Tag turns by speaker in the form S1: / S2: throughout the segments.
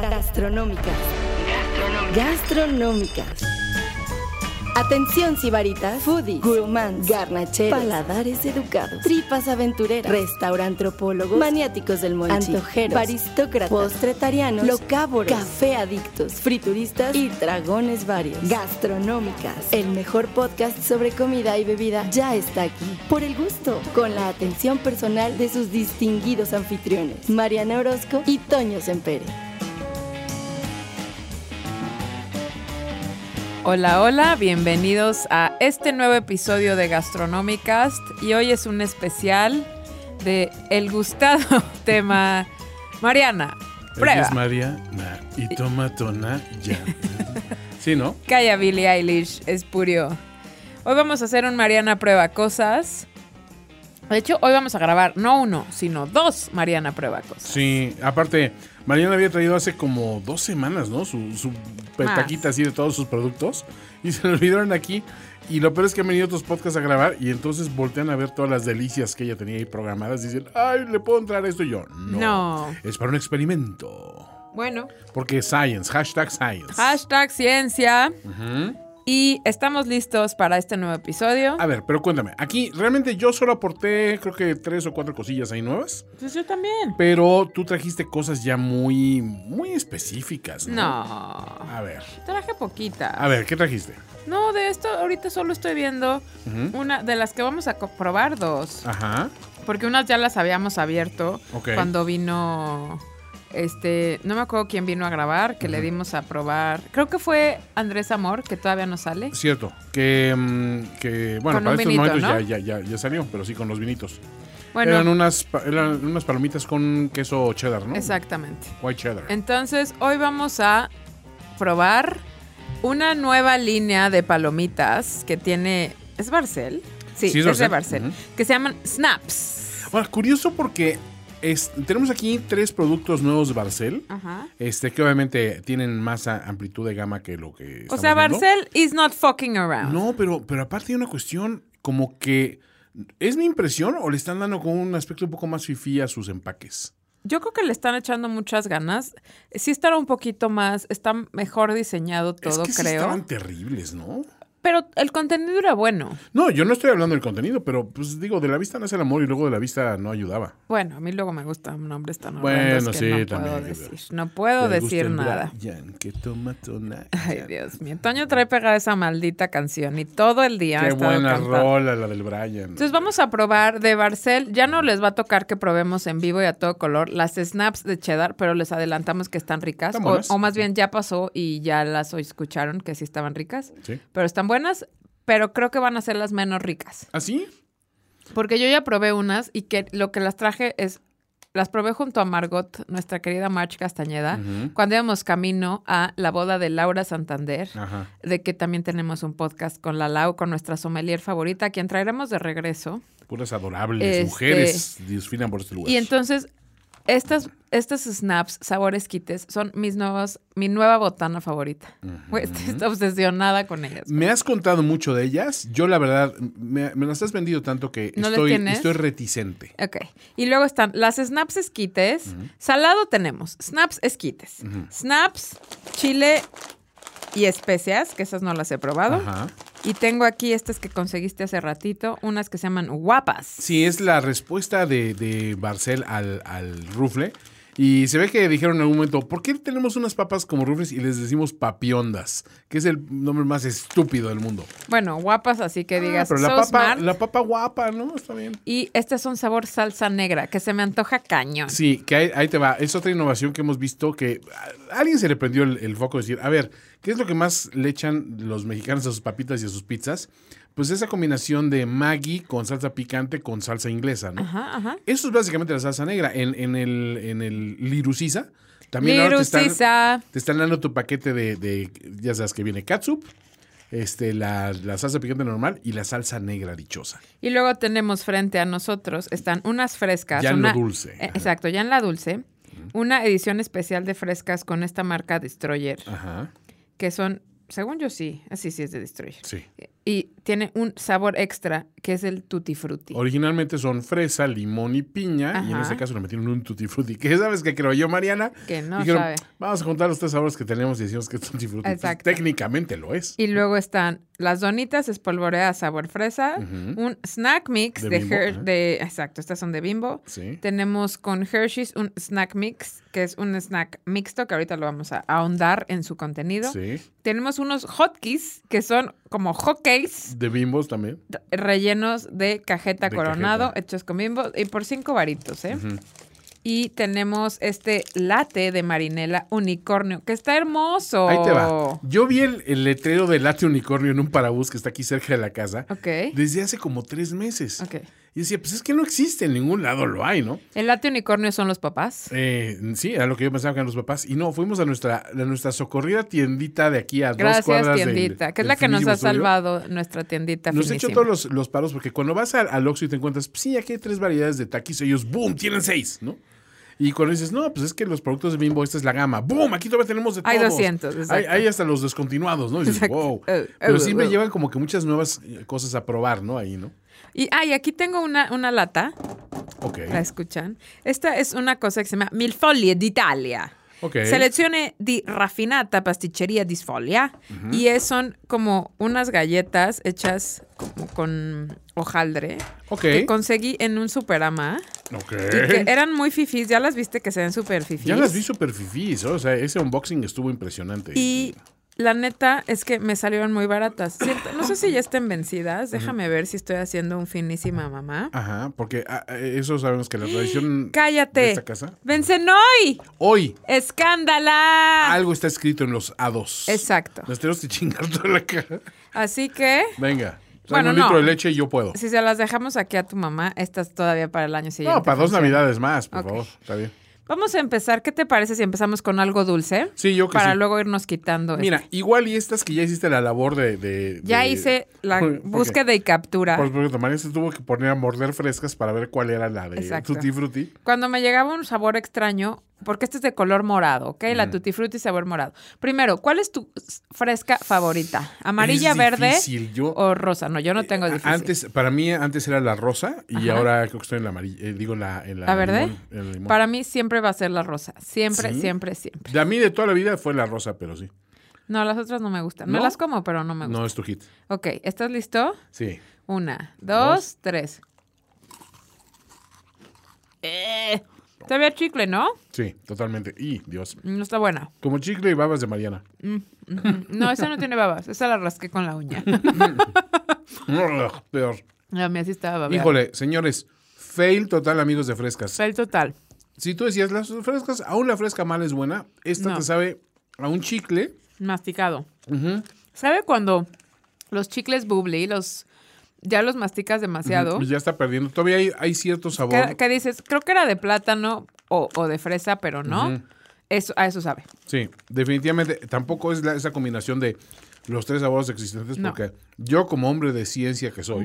S1: gastronómicas. Gastronómicas. Atención sibaritas, foodies, gourmands, garnacheros, paladares educados, tripas aventureras, restaurantropólogos, maniáticos del monchi, antojeros, aristócratas, postretarianos, locávoros, café adictos, frituristas y dragones varios. Gastronómicas, el mejor podcast sobre comida y bebida ya está aquí, por el gusto, con la atención personal de sus distinguidos anfitriones, Mariana Orozco y Toño Sempere.
S2: Hola, hola, bienvenidos a este nuevo episodio de Gastronomicast y hoy es un especial de el gustado tema Mariana.
S3: Ella
S2: Prueba.
S3: es Mariana y toma tona ya. Sí, ¿no?
S2: Calla Billie Eilish, espurio. Hoy vamos a hacer un Mariana Prueba Cosas. De hecho, hoy vamos a grabar no uno, sino dos Mariana Prueba Cosas.
S3: Sí, aparte, Mariana había traído hace como dos semanas, ¿no? Su, su petaquita así de todos sus productos y se lo olvidaron aquí. Y lo peor es que han venido otros podcasts a grabar y entonces voltean a ver todas las delicias que ella tenía ahí programadas y dicen, ay, ¿le puedo entrar a esto? Y yo, no.
S2: No.
S3: Es para un experimento.
S2: Bueno,
S3: Porque science, hashtag science.
S2: hashtag ciencia.
S3: Ujú.
S2: Y estamos listos para este nuevo episodio.
S3: A ver, pero cuéntame, aquí realmente yo solo aporté creo que tres o cuatro cosillas ahí nuevas.
S2: Pues yo también.
S3: Pero tú trajiste cosas ya muy, muy específicas, ¿no?
S2: No.
S3: A ver,
S2: Traje poquita.
S3: a ver, ¿qué trajiste?
S2: No, de esto ahorita solo estoy viendo
S3: Ujú.
S2: una de las que vamos a co- probar dos,
S3: Ajá.
S2: porque unas ya las habíamos abierto
S3: Ok.
S2: cuando vino este, no me acuerdo quién vino a grabar, que le
S3: Ujú.
S2: dimos a probar. Creo que fue Andrés Amor, que todavía no sale.
S3: Cierto, que, mm, que bueno,
S2: Con
S3: para
S2: un
S3: estos
S2: vinito,
S3: momentos
S2: ¿no?
S3: ya, ya, ya, ya salió, pero sí con los vinitos.
S2: Bueno,
S3: Eran, unas, pa- eran unas palomitas con queso cheddar, ¿no?
S2: exactamente.
S3: White cheddar.
S2: Entonces, hoy vamos a probar una nueva línea de palomitas que tiene es Barcel. Sí,
S3: Sí,
S2: es,
S3: es
S2: de Barcel,
S3: Barcel. Ujú.
S2: que se llaman Snaps.
S3: Ahora, curioso porque es- tenemos aquí tres productos nuevos de Barcel,
S2: Ajá.
S3: este, que obviamente tienen más a- amplitud de gama que lo que...
S2: O
S3: estamos
S2: sea,
S3: viendo.
S2: Barcel is not fucking around.
S3: No, pero, pero aparte hay una cuestión como que... ¿Es mi impresión o le están dando con un aspecto un poco más fifí a sus empaques?
S2: Yo creo que le están echando muchas ganas. Sí estará un poquito más, está mejor diseñado todo,
S3: es que sí
S2: creo.
S3: estaban terribles, ¿no?
S2: Pero el contenido era bueno.
S3: No, yo no estoy hablando del contenido, pero pues digo, de la vista nace el amor y luego de la vista no ayudaba.
S2: Bueno, a mí luego me gustan nombres tan
S3: Bueno,
S2: horrendos que
S3: sí,
S2: no puedo
S3: también,
S2: decir.
S3: pero-
S2: No puedo
S3: Que le gusta
S2: decir
S3: el
S2: nada.
S3: Brian, que toma tona.
S2: Ay, Dios mío. Toño trae pegada esa maldita canción y todo el día ha
S3: Qué
S2: estado
S3: buena
S2: cantando.
S3: rola la del Brian.
S2: Entonces vamos a probar de Barcel. Ya no les va a tocar que probemos en vivo y a todo color las snaps de cheddar, pero les adelantamos que están ricas.
S3: Están
S2: o,
S3: buenas.
S2: o más bien ya pasó y ya las hoy escucharon que sí estaban ricas.
S3: ¿Sí?
S2: Pero están buenas, pero creo que van a ser las menos ricas.
S3: ¿Ah, sí?
S2: Porque yo ya probé unas y que lo que las traje es... Las probé junto a Margot, nuestra querida March Castañeda,
S3: Ujú.
S2: cuando íbamos camino a la boda de Laura Santander
S3: Ajá.
S2: de que también tenemos un podcast con la Lau, con nuestra sommelier favorita, a quien traeremos de regreso.
S3: Puras adorables
S2: Este-
S3: mujeres desfilan por este lugar.
S2: Y entonces, estas, estas snaps, sabores quites, son mis nuevos, mi nueva botana favorita. Güey, Estoy estoy obsesionada con ellas.
S3: Me has contado mucho de ellas. Yo, la verdad, me, me las has vendido tanto que
S2: ¿No le
S3: estoy,
S2: tienes?
S3: estoy reticente.
S2: Ok. Y luego están las snaps esquites. Salado tenemos. Snaps esquites. Snaps, chile y especias, que esas no las he probado.
S3: Ajá.
S2: Y tengo aquí estas que conseguiste hace ratito, unas que se llaman guapas.
S3: Sí, es la respuesta de, de Barcel al, al rufle. Y se ve que dijeron en algún momento, ¿por qué tenemos unas papas como rufles y les decimos papiondas? Que es el nombre más estúpido del mundo.
S2: Bueno, guapas, así que digas.
S3: Ah, pero la
S2: so
S3: papa,
S2: smart.
S3: la papa guapa, ¿no? Está bien.
S2: Y este es un sabor salsa negra que se me antoja cañón.
S3: Sí, que ahí, ahí te va. Es otra innovación que hemos visto que a, a alguien se le prendió el, el foco de decir, a ver, ¿qué es lo que más le echan los mexicanos a sus papitas y a sus pizzas? Pues esa combinación de Maggi con salsa picante con salsa inglesa, ¿no?
S2: Ajá, ajá.
S3: Eso es básicamente la salsa negra. En, en el, en el Lirucisa, también ahora te están,
S2: Lirucisa.
S3: te están dando tu paquete de, de, ya sabes que viene katsup, este, la, la salsa picante normal y la salsa negra dichosa.
S2: Y luego tenemos frente a nosotros, están unas frescas.
S3: Ya en lo
S2: una-
S3: dulce.
S2: Eh,
S3: Ajá.
S2: exacto, ya en la dulce. Una edición especial de frescas con esta
S3: Ah.
S2: marca Destroyer,
S3: Ajá,
S2: que son, según yo sí, así sí es de Destroyer.
S3: sí.
S2: Y tiene un sabor extra, que es el tutti frutti.
S3: Originalmente son fresa, limón y piña, y en
S2: Ajá.
S3: este caso le metieron un tutti frutti. Que sabes que creo yo, Mariana.
S2: Que no
S3: Dijeron,
S2: sabe.
S3: Vamos a juntar los tres sabores que tenemos y decimos que es tutti frutti. Pues,
S2: Exacto.
S3: técnicamente lo es.
S2: Y luego están las donitas espolvoreadas sabor fresa,
S3: Ujú.
S2: un snack mix
S3: De
S2: de,
S3: Bimbo,
S2: Her-
S3: ajá.
S2: de- exacto, estas son de Bimbo.
S3: Sí.
S2: Tenemos con Hershey's un snack mix, que es un snack mixto, que ahorita lo vamos a ahondar en su contenido.
S3: Sí.
S2: Tenemos unos hotkeys, que son como hotcakes
S3: De bimbos también.
S2: t- rellenos de cajeta
S3: De
S2: coronado,
S3: cajeta.
S2: hechos con Bimbo, y por cinco varitos, ¿eh?
S3: Ujú.
S2: Y tenemos este latte de marinela unicornio, que está hermoso.
S3: Ahí te
S2: Oh.
S3: va. Yo vi el, el letrero de late unicornio en un parabús que está aquí cerca de la casa
S2: Ok.
S3: desde hace como tres meses.
S2: Ok.
S3: Y decía, pues es que no existe, en ningún lado lo hay, ¿no?
S2: El latte unicornio son los papás.
S3: Eh, sí, era lo que yo pensaba que eran los papás. Y no, fuimos a nuestra, a nuestra socorrida tiendita de aquí a dos
S2: Gracias,
S3: cuadras. del-
S2: tiendita, que es
S3: del
S2: la que nos
S3: finísimo
S2: ha
S3: estudio.
S2: salvado nuestra tiendita
S3: Nos ha hecho
S2: finísima.
S3: todos los, los paros porque cuando vas al, al Oxxo y te encuentras, pues, sí, aquí hay tres variedades de taquis, ellos, ¡boom!, tienen seis, ¿no? Y cuando dices, no, pues es que los productos de Bimbo, esta es la gama. ¡Boom! Aquí todavía tenemos de todos.
S2: Hay 200, exacto.
S3: Hay, hay hasta los descontinuados, ¿no? Y dices,
S2: Exacto.
S3: wow.
S2: Oh, oh,
S3: Pero
S2: oh,
S3: siempre
S2: oh.
S3: llevan como que muchas nuevas eh, cosas a probar, ¿no? Ahí, ¿no?
S2: Y, ah, y aquí tengo una, una lata,
S3: Ok.
S2: ¿la escuchan? Esta es una cosa que se llama Milfolie d'Italia.
S3: Ok.
S2: Selezione di raffinata pasticceria di sfoglia. Y es- son como unas galletas hechas como con hojaldre
S3: Ok.
S2: que conseguí en un superama.
S3: Ok.
S2: Y que eran muy fifís. Ya las viste que se ven súper fifís.
S3: Ya las vi super fifís, ¿no? o sea, ese unboxing estuvo impresionante.
S2: Y la neta es que me salieron muy baratas. Siento- no sé si ya estén vencidas. Déjame ver si estoy haciendo un finísima mamá.
S3: Ajá, porque ah, ah, eso sabemos que la tradición de
S2: ¡Cállate!
S3: esta casa.
S2: ¡Vencen hoy!
S3: Hoy
S2: ¡Escándala!
S3: algo está escrito en los A2.
S2: Exacto.
S3: Nos tenemos que chingar toda la cara.
S2: Así que,
S3: Venga. Bueno,
S2: Bueno,
S3: un
S2: no.
S3: litro de leche y yo puedo.
S2: si se las dejamos aquí a tu mamá, estas todavía para el año siguiente.
S3: no, para dos
S2: funcionan.
S3: navidades más, por
S2: Ok.
S3: favor. Está bien.
S2: Vamos a empezar. ¿Qué te parece si empezamos con algo dulce?
S3: Sí, yo que
S2: Para
S3: sí.
S2: luego irnos quitando.
S3: Mira,
S2: este.
S3: igual y estas que ya hiciste la labor de. de-
S2: Ya
S3: de-
S2: hice la
S3: Porque-
S2: búsqueda y captura.
S3: Por supuesto, María se tuvo que poner a morder frescas para ver cuál era la de
S2: Exacto.
S3: Tutti Frutti.
S2: Cuando me llegaba un sabor extraño, porque este es de color morado, ¿ok?
S3: Mm.
S2: La tutti frutti sabor morado. Primero, ¿cuál es tu s- fresca favorita? ¿Amarilla,
S3: Es
S2: verde
S3: difícil, yo-
S2: o rosa? No, yo no tengo
S3: Eh,
S2: difícil.
S3: Antes, para mí, antes era la rosa y
S2: Ajá.
S3: ahora creo que estoy en la amarilla. eh, digo, la, en la,
S2: ¿La verde?
S3: limón, en la limón.
S2: Para mí siempre va a ser la rosa. Siempre,
S3: ¿Sí?
S2: siempre, siempre.
S3: De a mí de toda la vida fue la rosa, pero sí.
S2: No, las otras no me gustan. Me
S3: ¿No?
S2: las como, pero no me gustan.
S3: No es tu hit.
S2: Ok, ¿estás listo?
S3: Sí.
S2: Una, dos,
S3: Dos.
S2: tres. Eh, todavía chicle, ¿no?
S3: Sí, totalmente. Y, Dios.
S2: No está buena.
S3: Como chicle y babas de Mariana.
S2: No, esa no tiene babas. Esa la rasqué con la uña.
S3: Ugh, Peor.
S2: A mí así estaba babeando.
S3: Híjole, señores. Fail total, amigos de frescas.
S2: El total.
S3: Si tú decías las frescas, aún la fresca mala es buena, esta
S2: No.
S3: te sabe a un chicle.
S2: Masticado.
S3: Ujú.
S2: ¿Sabe cuando los chicles bubbly, los ya los masticas demasiado?
S3: Y pues Ya está perdiendo. Todavía hay, hay cierto sabor.
S2: que, que dices, creo que era de plátano o, o de fresa, pero no. Eso, a eso sabe.
S3: Sí, definitivamente. Tampoco es la- esa combinación de los tres sabores existentes,
S2: No.
S3: porque yo, como hombre de ciencia que soy,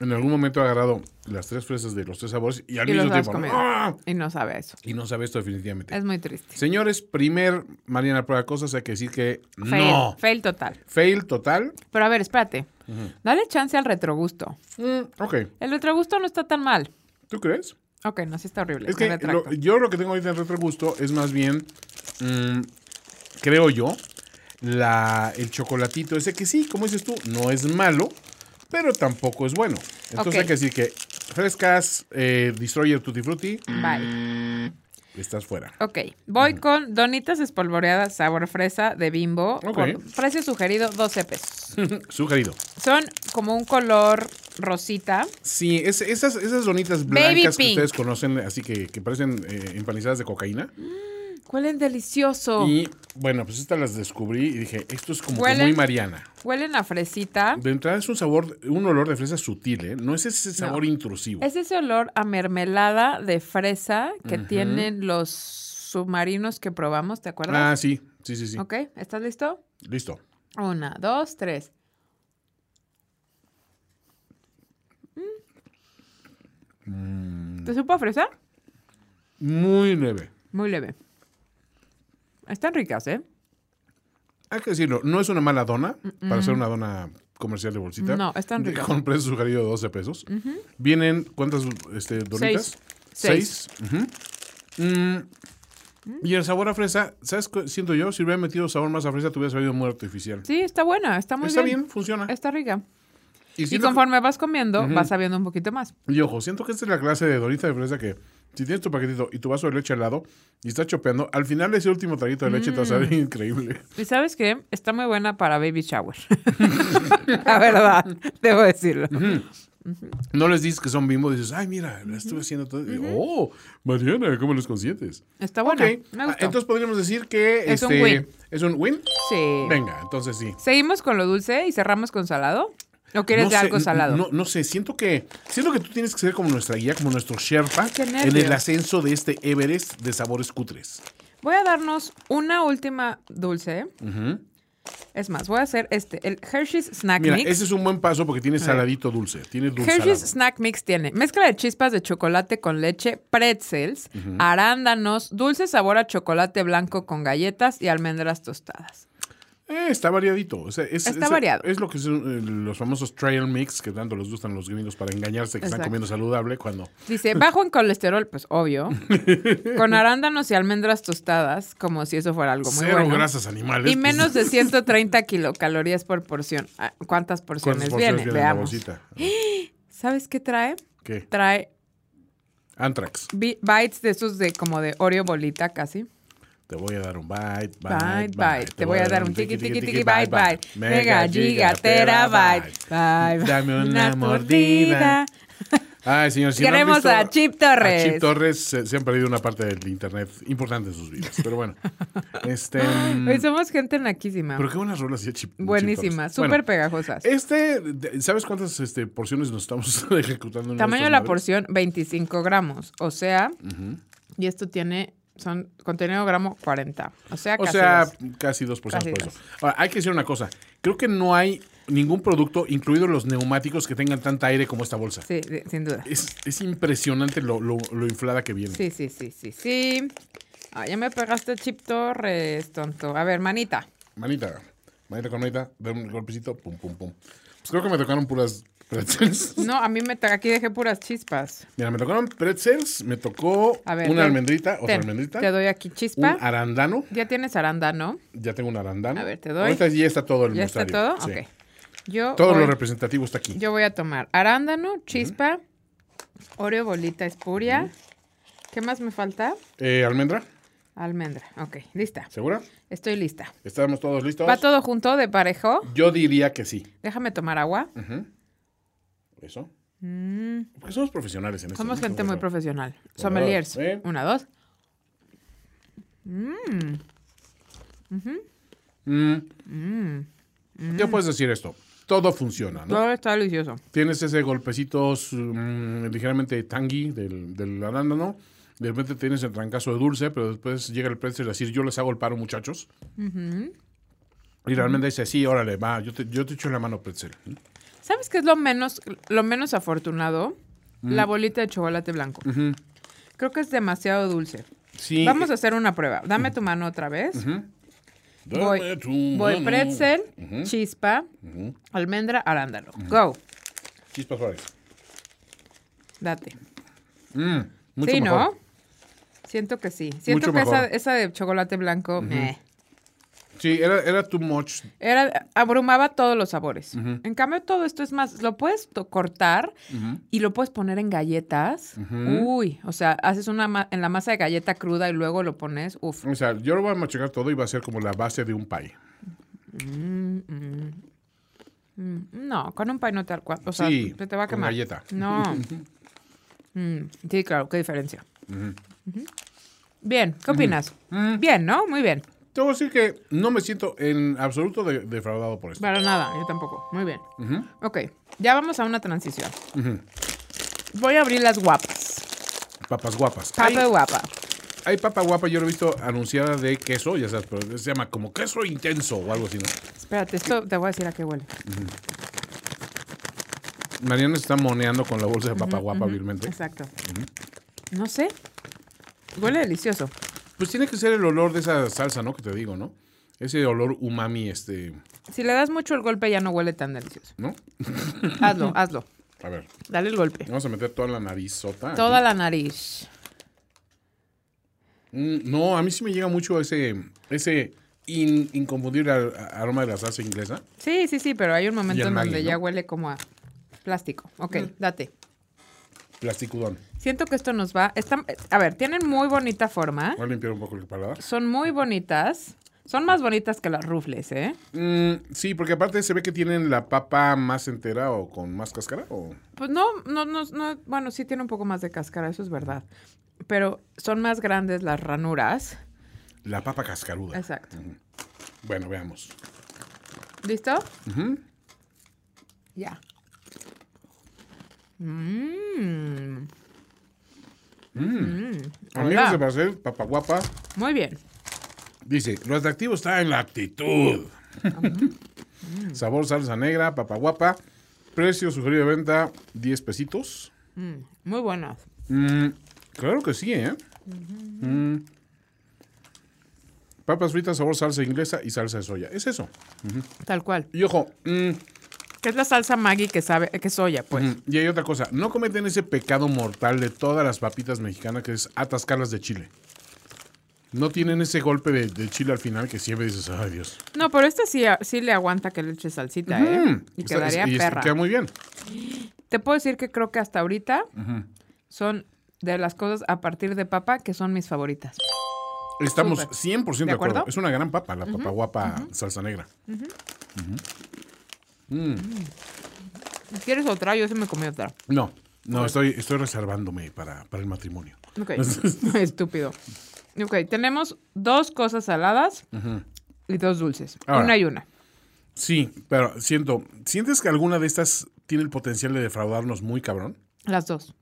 S3: en algún momento he agarrado las tres fresas de los tres sabores y al
S2: Y
S3: mismo
S2: los has
S3: tiempo.
S2: comido.
S3: ¡ah!
S2: Y no sabe a eso.
S3: Y no sabe esto definitivamente.
S2: Es muy triste.
S3: Señores, primer Mariana Prueba Cosas, hay que decir que
S2: Fail,
S3: no.
S2: fail total.
S3: Fail total.
S2: Pero a ver, espérate. Dale chance al retrogusto.
S3: Mm, ok,
S2: El retrogusto no está tan mal.
S3: ¿tú crees?
S2: Ok, no, sí está horrible.
S3: Es
S2: me
S3: que
S2: retracto.
S3: lo- yo lo que tengo ahorita en retrogusto es más bien, mm, creo yo, la, el chocolatito ese que sí, como dices tú, no es malo, pero tampoco es bueno. Entonces
S2: Ok.
S3: hay que decir que frescas, eh, destroyer tutti frutti,
S2: Bye.
S3: estás fuera.
S2: Ok, voy con donitas espolvoreadas sabor fresa de bimbo.
S3: Ok.
S2: por precio sugerido 12 pesos.
S3: Sugerido.
S2: Son como un color rosita.
S3: Sí, es- esas, esas donitas
S2: Baby
S3: blancas que
S2: pink.
S3: ustedes conocen, así que, que parecen eh, empanizadas de cocaína.
S2: Huelen delicioso.
S3: Y bueno, pues estas las descubrí y dije, esto es como que
S2: Huelen-
S3: muy Mariana.
S2: Huelen a fresita.
S3: De entrada es un sabor, un olor de fresa sutil, ¿eh? No es ese sabor intrusivo.
S2: Es ese olor a mermelada de fresa que tienen los submarinos que probamos, ¿te acuerdas?
S3: Ah, sí, sí, sí, sí.
S2: Ok, ¿estás listo?
S3: Listo.
S2: Una, dos, tres. Mm. ¿Te supo a fresa?
S3: Muy leve.
S2: Muy leve. Están ricas, ¿eh?
S3: Hay que decirlo, no es una mala dona para ser una dona comercial de bolsita.
S2: No, están
S3: De-
S2: ricas.
S3: Con precio sugerido de 12 pesos. Vienen, ¿cuántas este, donitas?
S2: Seis.
S3: Ujú. Mm, Y el sabor a fresa, ¿sabes qué siento yo? Si hubiera metido sabor más a fresa, te hubiera sabido muy artificial.
S2: Sí, está buena, está muy
S3: Está
S2: bien.
S3: bien, funciona.
S2: Está rica. Y
S3: siento que-
S2: conforme vas comiendo, vas sabiendo un poquito más.
S3: Y ojo, siento que esta es la clase de dorita de fresa que si tienes tu paquetito y tu vaso de leche al lado y estás chopeando, al final ese último traguito de leche te va a
S2: Mm.
S3: salir increíble.
S2: ¿Y sabes qué? Está muy buena para baby shower. La verdad, debo decirlo.
S3: No les dices que son bimbo, dices, ay, mira, la estuve haciendo todo. Y, Oh, Mariana, ¿cómo los consientes?
S2: Está buena.
S3: Ok,
S2: Me
S3: ah,
S2: gustó.
S3: entonces podríamos decir que
S2: Es un
S3: este,
S2: win.
S3: ¿Es un win?
S2: sí.
S3: Venga, entonces sí.
S2: ¿Seguimos con lo dulce y cerramos con salado? ¿O quieres
S3: No
S2: de
S3: sé,
S2: algo
S3: n-
S2: salado?
S3: No, no sé, siento que, siento que tú tienes que ser como nuestra guía, como nuestro Sherpa
S2: Qué nervios.
S3: en el ascenso de este Everest de sabores cutres.
S2: Voy a darnos una última dulce.
S3: Ujú.
S2: Es más, voy a hacer este, el Hershey's Snack
S3: Mira,
S2: Mix.
S3: ese es un buen paso porque tiene saladito dulce, tiene dulce.
S2: Hershey's Snack Mix tiene mezcla de chispas de chocolate con leche, pretzels, arándanos, dulce sabor a chocolate blanco con galletas y almendras tostadas.
S3: Eh, está variadito. o sea, es,
S2: Está
S3: es-
S2: variado.
S3: Es lo que son eh, los famosos trail mix que tanto les gustan los gringos para engañarse que están
S2: Exacto.
S3: comiendo saludable cuando.
S2: Dice, bajo en colesterol, pues obvio, con arándanos y almendras tostadas, como si eso fuera algo muy
S3: Cero
S2: bueno.
S3: grasas animales. pues,
S2: Y menos de 130 kilocalorías por porción. Ah, ¿Cuántas porciones,
S3: ¿Cuántas porciones
S2: vienen?
S3: vienen en la
S2: Veamos.
S3: bolsita?
S2: ¿Sabes qué trae?
S3: ¿Qué?
S2: Trae
S3: Antrax.
S2: bi- bites de esos de como de Oreo bolita casi.
S3: Te voy a dar un bite, bite,
S2: Bite, bite. Te voy a dar un tiki, tiki, tiki, bite, bite. Mega, giga,
S3: Mega, giga,
S2: terabyte. Bye,
S3: terabyte.
S2: bye.
S3: Dame una mordida. Ay, señor, si no han
S2: Queremos
S3: visto
S2: a Chip Torres.
S3: a Chip Torres se, se han perdido una parte del internet importante en sus vidas. Pero bueno. este. mm,
S2: Hoy somos gente naquísima.
S3: Pero qué buenas rolas hacía Chip. Chip
S2: Buenísima,
S3: Torres.
S2: súper
S3: Bueno,
S2: pegajosas.
S3: Este, de- ¿sabes cuántas este, porciones nos estamos ejecutando? En
S2: Tamaño de
S3: nuestras
S2: la
S3: madres?
S2: porción, 25 gramos. O sea, y esto tiene, son contenido gramo 40. O sea,
S3: O
S2: casi
S3: sea,
S2: dos.
S3: casi dos porciones
S2: Casi
S3: por
S2: dos.
S3: eso. Ahora, hay que decir una cosa. Creo que no hay ningún producto, incluidos los neumáticos, que tengan tanta aire como esta bolsa.
S2: Sí, de- sin duda.
S3: Es, es impresionante lo, lo- lo inflada que viene.
S2: Sí, sí, sí, sí, sí. Ah, ya me pegaste Chip Torres, tonto. A ver, manita.
S3: Manita, manita con manita, dame un golpecito, pum, pum, pum. Pues creo que me tocaron puras pretzels.
S2: No, a mí me tra- aquí dejé puras chispas.
S3: Mira, me tocaron pretzels, me tocó
S2: A ver.
S3: una
S2: ven.
S3: almendrita, otra
S2: Ten,
S3: almendrita,
S2: Te doy aquí
S3: un
S2: chispa.
S3: arandano.
S2: Ya tienes arándano.
S3: Ya tengo un arandano.
S2: A ver, te doy.
S3: Ahorita ya está todo el
S2: ¿Ya está
S3: mostrario,
S2: todo?
S3: sí.
S2: Ok. Yo
S3: Todo
S2: voy,
S3: lo representativo está aquí.
S2: yo voy a tomar arándano, chispa, oreo bolita espuria. ¿Qué más me falta?
S3: Eh, ¿Almendra?
S2: Almendra. Ok, lista.
S3: ¿Segura?
S2: Estoy lista.
S3: ¿Estamos todos listos?
S2: ¿Va todo junto de parejo?
S3: Yo diría que sí.
S2: Déjame tomar agua.
S3: Ujú. ¿Eso? Porque somos profesionales en esto.
S2: Mm. Somos
S3: ¿no?
S2: gente muy
S3: Somos-
S2: profesional. Sommeliers.
S3: ¿eh?
S2: Una, dos.
S3: Mm. Ya puedes decir esto. Todo funciona, ¿no?
S2: Todo está delicioso.
S3: Tienes ese golpecito mm, ligeramente tangy del, del arándano. De repente tienes el trancazo de dulce, pero después llega el pretzel a decir, yo les hago el paro, muchachos. Y realmente dice, sí, órale, va, yo te, yo te echo la mano, pretzel.
S2: ¿Sabes qué es lo menos, lo menos afortunado?
S3: Mm.
S2: La bolita de chocolate blanco. Creo que es demasiado dulce.
S3: Sí.
S2: Vamos a hacer una prueba. Dame tu mano otra vez.
S3: Dame
S2: Voy,
S3: tu
S2: voy
S3: mano.
S2: pretzel, chispa, almendra, arándano. Go.
S3: Chispas Juárez.
S2: Date.
S3: Mm, mucho
S2: sí,
S3: mejor.
S2: ¿no? Siento que sí. Siento
S3: Mucho
S2: que esa,
S3: mejor.
S2: esa de chocolate blanco meh.
S3: Sí, era, era too much.
S2: era abrumaba todos los sabores. En cambio, todo esto es más, lo puedes to- cortar y lo puedes poner en galletas. Uy, o sea, haces una ma- en la masa de galleta cruda y luego lo pones. Uf.
S3: O sea, yo lo voy a machacar todo y va a ser como la base de un pie.
S2: No, con un pay no tal cual. O sea,
S3: Sí,
S2: se te va a
S3: con
S2: quemar.
S3: galleta.
S2: No. Mm, sí, claro, qué diferencia. Ujú. Bien, ¿qué opinas? Bien, ¿no? Muy bien.
S3: Te voy a decir que no me siento en absoluto de- defraudado por esto.
S2: Para nada, yo tampoco. Muy bien. Ok, ya vamos a una transición. Voy a abrir las guapas.
S3: Papas guapas.
S2: Papa
S3: Hay-
S2: guapa.
S3: Hay papa guapa, yo lo he visto anunciada de queso, ya sabes, pero se llama como queso intenso o algo así, ¿no?
S2: Espérate, esto te voy a decir a qué huele.
S3: Mariana se está moneando con la bolsa de papa guapa vilmente.
S2: Exacto. No sé. Huele delicioso.
S3: Pues tiene que ser el olor de esa salsa, ¿no? Que te digo, ¿no? ese olor umami, este,
S2: Si le das mucho el golpe ya no huele tan delicioso.
S3: ¿no?
S2: Hazlo, hazlo.
S3: A ver,
S2: Dale el golpe.
S3: vamos a meter toda la narizota. aquí.
S2: Toda la nariz.
S3: Mm, no, a mí sí me llega mucho ese, ese in- inconfundible ar- aroma de la salsa inglesa.
S2: Sí, sí, sí, pero hay un
S3: Y
S2: momento
S3: el
S2: en
S3: Maggi,
S2: donde
S3: ¿no?
S2: ya huele como a plástico. Ok, date.
S3: Plasticudón.
S2: Siento que esto nos va. están- a ver, tienen muy bonita forma.
S3: Voy a limpiar un poco el paladar.
S2: Son muy bonitas. Son más bonitas que las rufles, ¿eh?
S3: Mm, sí, porque aparte se ve que tienen la papa más entera o con más cáscara. O...
S2: Pues no, no, no, no. Bueno, sí tiene un poco más de cáscara, eso es verdad. Pero son más grandes las ranuras.
S3: La papa cascaruda.
S2: Exacto.
S3: Bueno, veamos.
S2: ¿Listo? Ya. Mm. Mm.
S3: Amigos
S2: Hola.
S3: de Brasil, papa guapa,
S2: Muy bien.
S3: dice, lo atractivo está en la actitud. Sabor salsa negra, papa guapa. Precio sugerido de venta, 10 pesitos.
S2: Mm, Muy buenas.
S3: Mm, claro que sí, ¿eh? Mm. Papas fritas, sabor salsa inglesa y salsa de soya. Es eso.
S2: Tal cual.
S3: Y ojo, mm,
S2: Que es la salsa Maggi que sabe, que es soya, pues.
S3: mm, y hay otra cosa. No cometen ese pecado mortal de todas las papitas mexicanas que es atascarlas de chile. No tienen ese golpe de, de chile al final que siempre dices, ay Dios.
S2: No, pero esta sí, sí le aguanta que le eche salsita, ¿eh?
S3: Mm.
S2: Y
S3: Está-
S2: quedaría
S3: y- y
S2: perra.
S3: Queda muy bien.
S2: Te puedo decir que creo que hasta ahorita son de las cosas a partir de papa que son mis favoritas.
S3: Estamos
S2: Súper.
S3: 100% de,
S2: ¿De
S3: acuerdo?
S2: acuerdo?
S3: Es una gran papa, la papa guapa salsa negra.
S2: ¿Quieres otra? Yo sí me comí otra.
S3: No, no, estoy, estoy reservándome para, para el matrimonio.
S2: Ok. Estúpido. Ok, tenemos dos cosas saladas y dos dulces.
S3: Ahora.
S2: Una y una.
S3: Sí, pero siento, ¿sientes que alguna de estas tiene el potencial de defraudarnos muy cabrón?
S2: Las dos.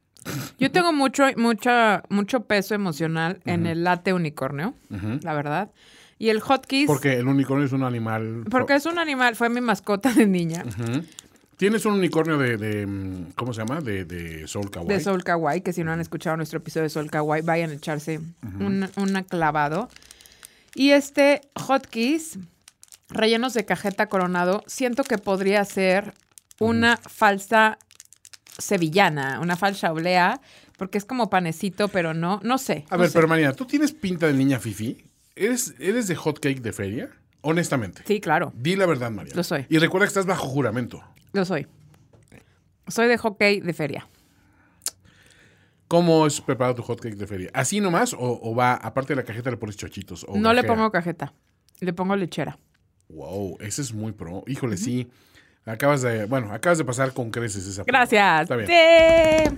S2: Yo tengo mucho, mucha, mucho peso emocional en el latte unicornio, la verdad. Y el hotkeys.
S3: Porque el unicornio es un animal.
S2: Porque es un animal, fue mi mascota de niña,
S3: Tienes un unicornio de, de, mm, ¿cómo se llama? De, de Soul Kawaii.
S2: de Sol Kawaii, que si no han escuchado nuestro episodio de Sol Kawaii, vayan a echarse un, un clavado. Y este hotkeys, rellenos de cajeta coronado, siento que podría ser una falsa sevillana, una falsa oblea, porque es como panecito, pero no, no sé.
S3: A
S2: no
S3: ver,
S2: sé.
S3: pero María, ¿tú tienes pinta de niña fifi? ¿Eres, ¿Eres de hot cake de feria? Honestamente.
S2: Sí, claro.
S3: Di la verdad, María.
S2: Lo soy.
S3: Y recuerda que estás bajo juramento.
S2: Lo soy. Soy de hockey de feria.
S3: ¿Cómo es preparado tu hot cake de feria? ¿Así nomás o, o va, aparte de la cajeta, le pones chochitos? o
S2: no le
S3: cajera?
S2: pongo cajeta. Le pongo lechera.
S3: Wow, ese es muy pro. Híjole, sí. Acabas de, bueno, acabas de pasar con creces esa. prueba.
S2: Gracias.
S3: Está bien.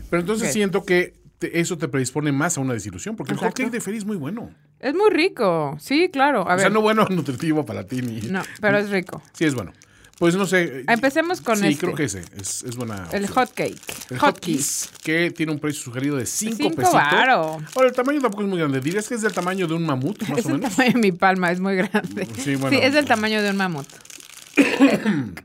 S2: Sí.
S3: Pero entonces
S2: Ok.
S3: siento que te- eso te predispone más a una desilusión, porque
S2: Exacto.
S3: el hotcake de feria es muy bueno.
S2: Es muy rico. Sí, claro. A
S3: o
S2: ver.
S3: sea, no bueno nutritivo para ti ni.
S2: No, pero es rico.
S3: Sí, es bueno. Pues no sé. eh,
S2: Empecemos con
S3: Sí,
S2: este.
S3: creo que ese. Es, es buena.
S2: El
S3: opción.
S2: hot cake.
S3: El
S2: Hot
S3: hotcakes, que tiene un precio sugerido de 5
S2: Cinco
S3: pesitos.
S2: varo.
S3: Ahora, el tamaño tampoco es muy grande. ¿Dirías que es del tamaño de un mamut, más
S2: Es
S3: o
S2: el
S3: menos?
S2: tamaño de mi palma, es muy grande.
S3: Sí, bueno.
S2: es del tamaño de un mamut.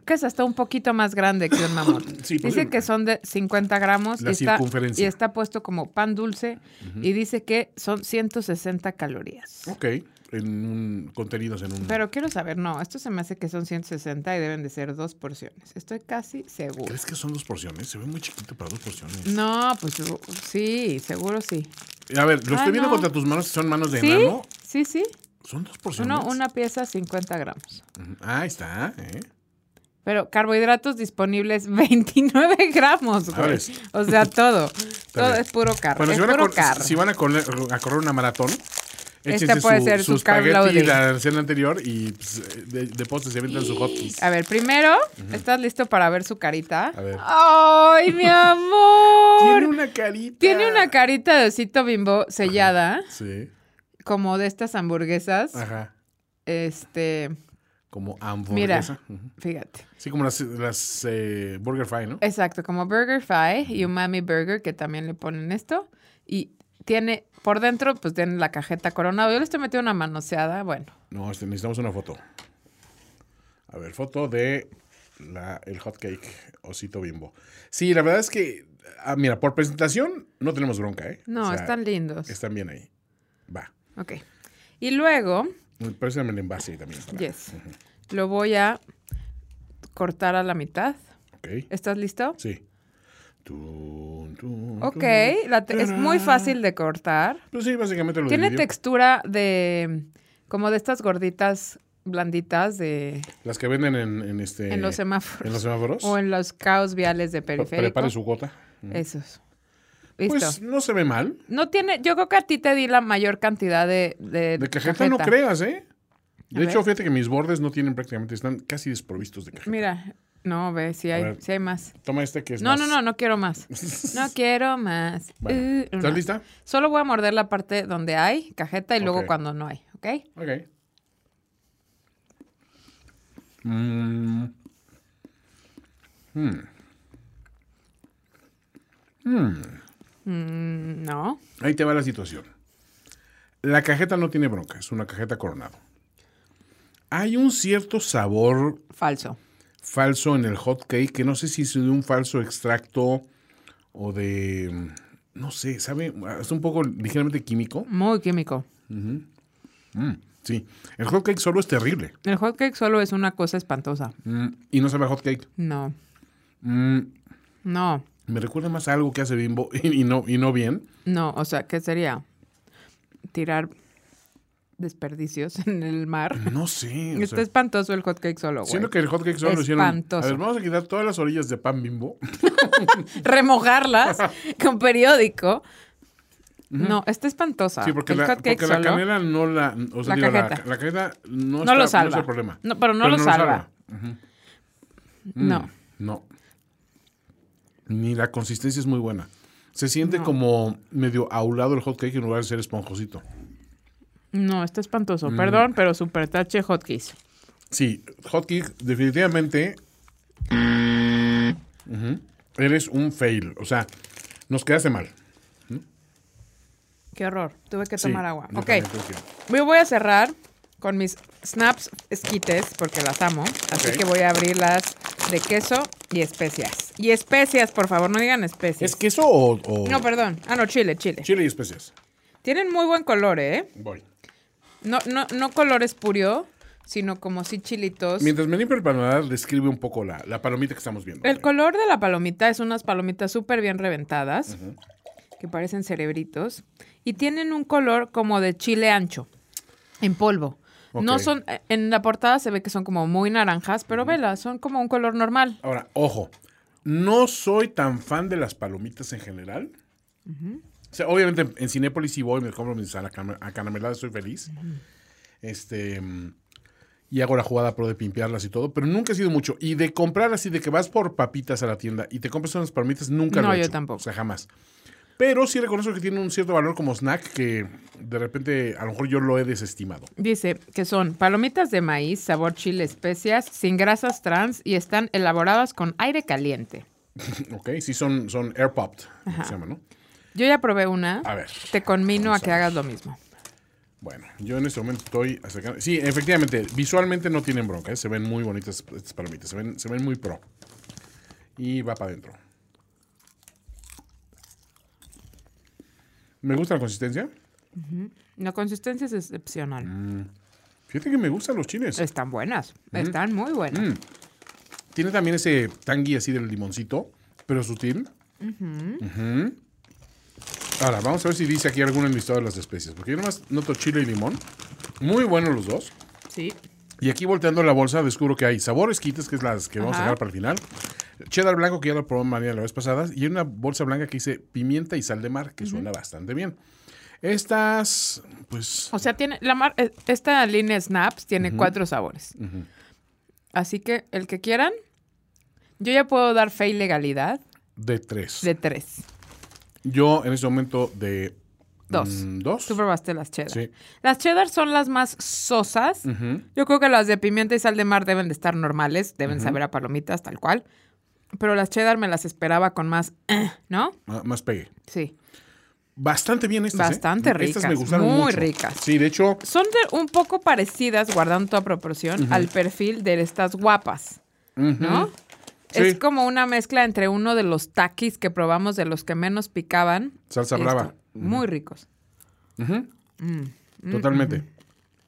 S2: que es hasta un poquito más grande que un mamut.
S3: Sí, pues,
S2: dice que son de 50 gramos
S3: La
S2: y, está,
S3: circunferencia.
S2: y está puesto como pan dulce y dice que son 160 calorías.
S3: Ok. En un, contenidos en un.
S2: Pero quiero saber, no, esto se me hace que son 160 y deben de ser dos porciones. Estoy casi seguro.
S3: ¿Crees que son dos porciones? Se ve muy chiquito para dos porciones.
S2: No, pues u- sí, seguro sí.
S3: A ver, lo
S2: Ah,
S3: estoy viendo
S2: no.
S3: contra tus manos, que son manos de
S2: ¿Sí?
S3: enano.
S2: Sí, sí.
S3: Son dos porciones.
S2: Uno, una pieza, 50 gramos.
S3: Ujú. Ah, ahí está. ¿eh?
S2: Pero carbohidratos disponibles, 29 gramos, güey.
S3: ¿Sabes?
S2: O sea, todo. todo
S3: bien.
S2: es puro carbo.
S3: Bueno,
S2: es
S3: si van, a
S2: puro
S3: cor-
S2: carbo.
S3: si van a correr, a correr una maratón, échense
S2: puede
S3: su,
S2: ser
S3: su
S2: su carb
S3: espagueti de
S2: loading.
S3: la cena anterior y pues, de, de postre se avientan su hotkeys.
S2: A ver, primero, ¿estás listo para ver su carita?
S3: A ver.
S2: ¡Ay, mi amor!
S3: Tiene una carita.
S2: Tiene una carita de osito bimbo sellada,
S3: Sí.
S2: como de estas hamburguesas.
S3: Ajá.
S2: Este,
S3: Como hamburguesa. Ujú.
S2: fíjate.
S3: Sí, como las, las eh, Burger Fry, ¿no?
S2: Exacto, como Burger Fry y Umami Burger, que también le ponen esto. Y tiene, por dentro, pues tiene la cajeta coronado. Yo le estoy metiendo una manoseada, bueno.
S3: No, este, necesitamos una foto. A ver, foto de la, el hotcake Osito Bimbo. Sí, la verdad es que, ah, mira, por presentación no tenemos bronca, ¿eh?
S2: No,
S3: O sea,
S2: están lindos.
S3: Están bien ahí. Va.
S2: Ok. Y luego
S3: Préstame el envase también. para-
S2: Yes. Lo voy a cortar a la mitad.
S3: Ok.
S2: ¿Estás listo?
S3: Sí. Tun, tun,
S2: Ok,
S3: tun.
S2: la te- es muy fácil de cortar.
S3: Pues sí, básicamente lo
S2: Tiene
S3: dividió.
S2: textura de como de estas gorditas blanditas de
S3: Las que venden en, en este...
S2: en los semáforos
S3: en los semáforos.
S2: o en los caos viales de
S3: Pre-
S2: periférico.
S3: Prepare su gota.
S2: Esos. Listo.
S3: Pues no se ve mal.
S2: no tiene, yo creo que a ti te di la mayor cantidad de de,
S3: De cajeta, no creas, ¿eh? De
S2: A
S3: hecho,
S2: ver.
S3: fíjate que mis bordes no tienen prácticamente, están casi desprovistos de cajeta.
S2: Mira, no ve, si
S3: A
S2: hay,
S3: ver.
S2: si hay más.
S3: Toma este que es
S2: No,
S3: más-
S2: no, no, no quiero más. No quiero más.
S3: Bueno,
S2: Uh,
S3: ¿Estás
S2: no.
S3: lista?
S2: Solo voy a morder la parte donde hay cajeta y
S3: Ok.
S2: luego cuando no hay, ¿ok?
S3: Ok. Mm. Mm. Mm.
S2: Mm, no.
S3: Ahí te va la situación. La cajeta no tiene bronca, es una cajeta coronado. Hay un cierto sabor
S2: Falso.
S3: falso en el hot cake, que no sé si es de un falso extracto o de, mm, no sé, sabe, es un poco ligeramente químico.
S2: Muy químico.
S3: Mm, sí, el hot cake solo es terrible
S2: El hot cake solo es una cosa espantosa.
S3: Mm, y no sabe a hot cake.
S2: No.
S3: Mm,
S2: No.
S3: me recuerda más a algo que hace Bimbo y, y no, y no bien.
S2: No. O sea, ¿qué sería? Tirar desperdicios en el mar.
S3: No sé. o
S2: Está
S3: sea,
S2: espantoso el hot cake solo, güey.
S3: siento que el hot cake solo lo hicieron.
S2: Espantoso.
S3: A ver, vamos a quitar todas las orillas de pan Bimbo.
S2: Remojarlas con periódico. No, está espantosa.
S3: Sí, porque,
S2: el
S3: la,
S2: hot cake
S3: porque la
S2: solo.
S3: canela no la. O
S2: La
S3: sea, digo, la-
S2: cajeta.
S3: la cajeta no,
S2: no
S3: está-
S2: lo salva.
S3: No Mm. es el problema.
S2: No, pero no lo salva. No.
S3: No. Ni la consistencia es muy buena. Se siente como medio aulado el hot cake en lugar de ser esponjosito.
S2: No, está espantoso.
S3: Mm.
S2: Perdón, pero super tache hotkeys.
S3: Sí, hot cake, definitivamente. Ujú. Eres un fail. O sea, nos quedaste mal.
S2: Qué horror. Tuve que
S3: Sí,
S2: tomar agua.
S3: yo
S2: Ok.
S3: también creo que-
S2: Yo voy a cerrar con mis snaps esquites porque las amo. Así
S3: Ok.
S2: que voy a abrir las de queso y especias. Y especias, por favor, no digan especias.
S3: ¿Es queso o.? o-
S2: No, perdón. Ah, no, chile, chile.
S3: Chile y especias.
S2: Tienen muy buen color, ¿eh?
S3: Voy.
S2: No, no, no color espurio, sino como sí chilitos.
S3: Mientras me limpio el paladar, describe un poco la, la palomita que estamos viendo.
S2: El color de la palomita es unas palomitas súper bien reventadas, que parecen cerebritos, y tienen un color como de chile ancho, en polvo. No
S3: Ok.
S2: son, eh, en la portada se ve que son como muy naranjas, pero vela, son como un color normal.
S3: Ahora, ojo, no soy tan fan de las palomitas en general. O sea, obviamente en- en Cinépolis sí voy, me compro mis acanam- acanameladas, soy feliz. Este. mm, Y hago la jugada pro de pimpearlas y todo, pero nunca he sido mucho. Y de comprar así, de que vas por papitas a la tienda y te compras unas palomitas, nunca lo
S2: No,
S3: he
S2: yo
S3: hecho.
S2: tampoco.
S3: O sea, jamás. Pero sí reconozco que tiene un cierto valor como snack que de repente a lo mejor yo lo he desestimado.
S2: Dice que son palomitas de maíz, sabor chile, especias, sin grasas trans y están elaboradas con aire caliente.
S3: ok, sí son, son air popped, lo que se llama, ¿no?
S2: Yo ya probé una.
S3: A ver.
S2: Te conmino a
S3: Vamos a
S2: que
S3: ver.
S2: hagas lo mismo.
S3: Bueno, yo en este momento estoy acercando. Sí, efectivamente, visualmente no tienen bronca, ¿eh? se ven muy bonitas estas palomitas, se ven, se ven muy pro. Y va para adentro. Me gusta la consistencia.
S2: La consistencia es excepcional.
S3: Mm, Fíjate que me gustan los chiles.
S2: Están buenas,
S3: Mm.
S2: están muy buenas.
S3: Tiene también ese tangue así del limoncito, pero sutil. Ujú. Ahora, vamos a ver si dice aquí alguna listado de las especies, porque yo nomás noto chile y limón. Muy buenos los dos.
S2: Sí.
S3: Y aquí volteando la bolsa descubro que hay sabores quites, que es las que vamos a
S2: Ajá.
S3: dejar para el final. Cheddar blanco, que ya lo probó María la vez pasada. Y hay una bolsa blanca que dice pimienta y sal de mar, que suena bastante bien. Estas, pues,
S2: O sea, tiene la mar- eh, esta línea Snaps tiene cuatro sabores. Así que el que quieran, yo ya puedo dar fe y legalidad
S3: de tres.
S2: de tres.
S3: Yo en este momento de...
S2: Dos.
S3: mm, dos.
S2: Tú probaste las cheddar.
S3: Sí.
S2: Las cheddar son las más sosas. Yo creo que las de pimienta y sal de mar deben de estar normales, deben saber a palomitas, tal cual. Pero las cheddar me las esperaba con más, eh, ¿no?
S3: Ah, Más pegue.
S2: Sí.
S3: Bastante bien estas. ¿eh?
S2: Bastante
S3: Estas me
S2: ricas,
S3: gustaron
S2: muy
S3: mucho.
S2: ricas.
S3: Sí, de hecho,
S2: Son de- un poco parecidas, guardando toda proporción, al perfil de estas guapas, ¿no?
S3: Sí.
S2: Es como una mezcla entre uno de los taquis que probamos, de los que menos picaban.
S3: Salsa
S2: y
S3: brava.
S2: esto. Muy ricos.
S3: totalmente.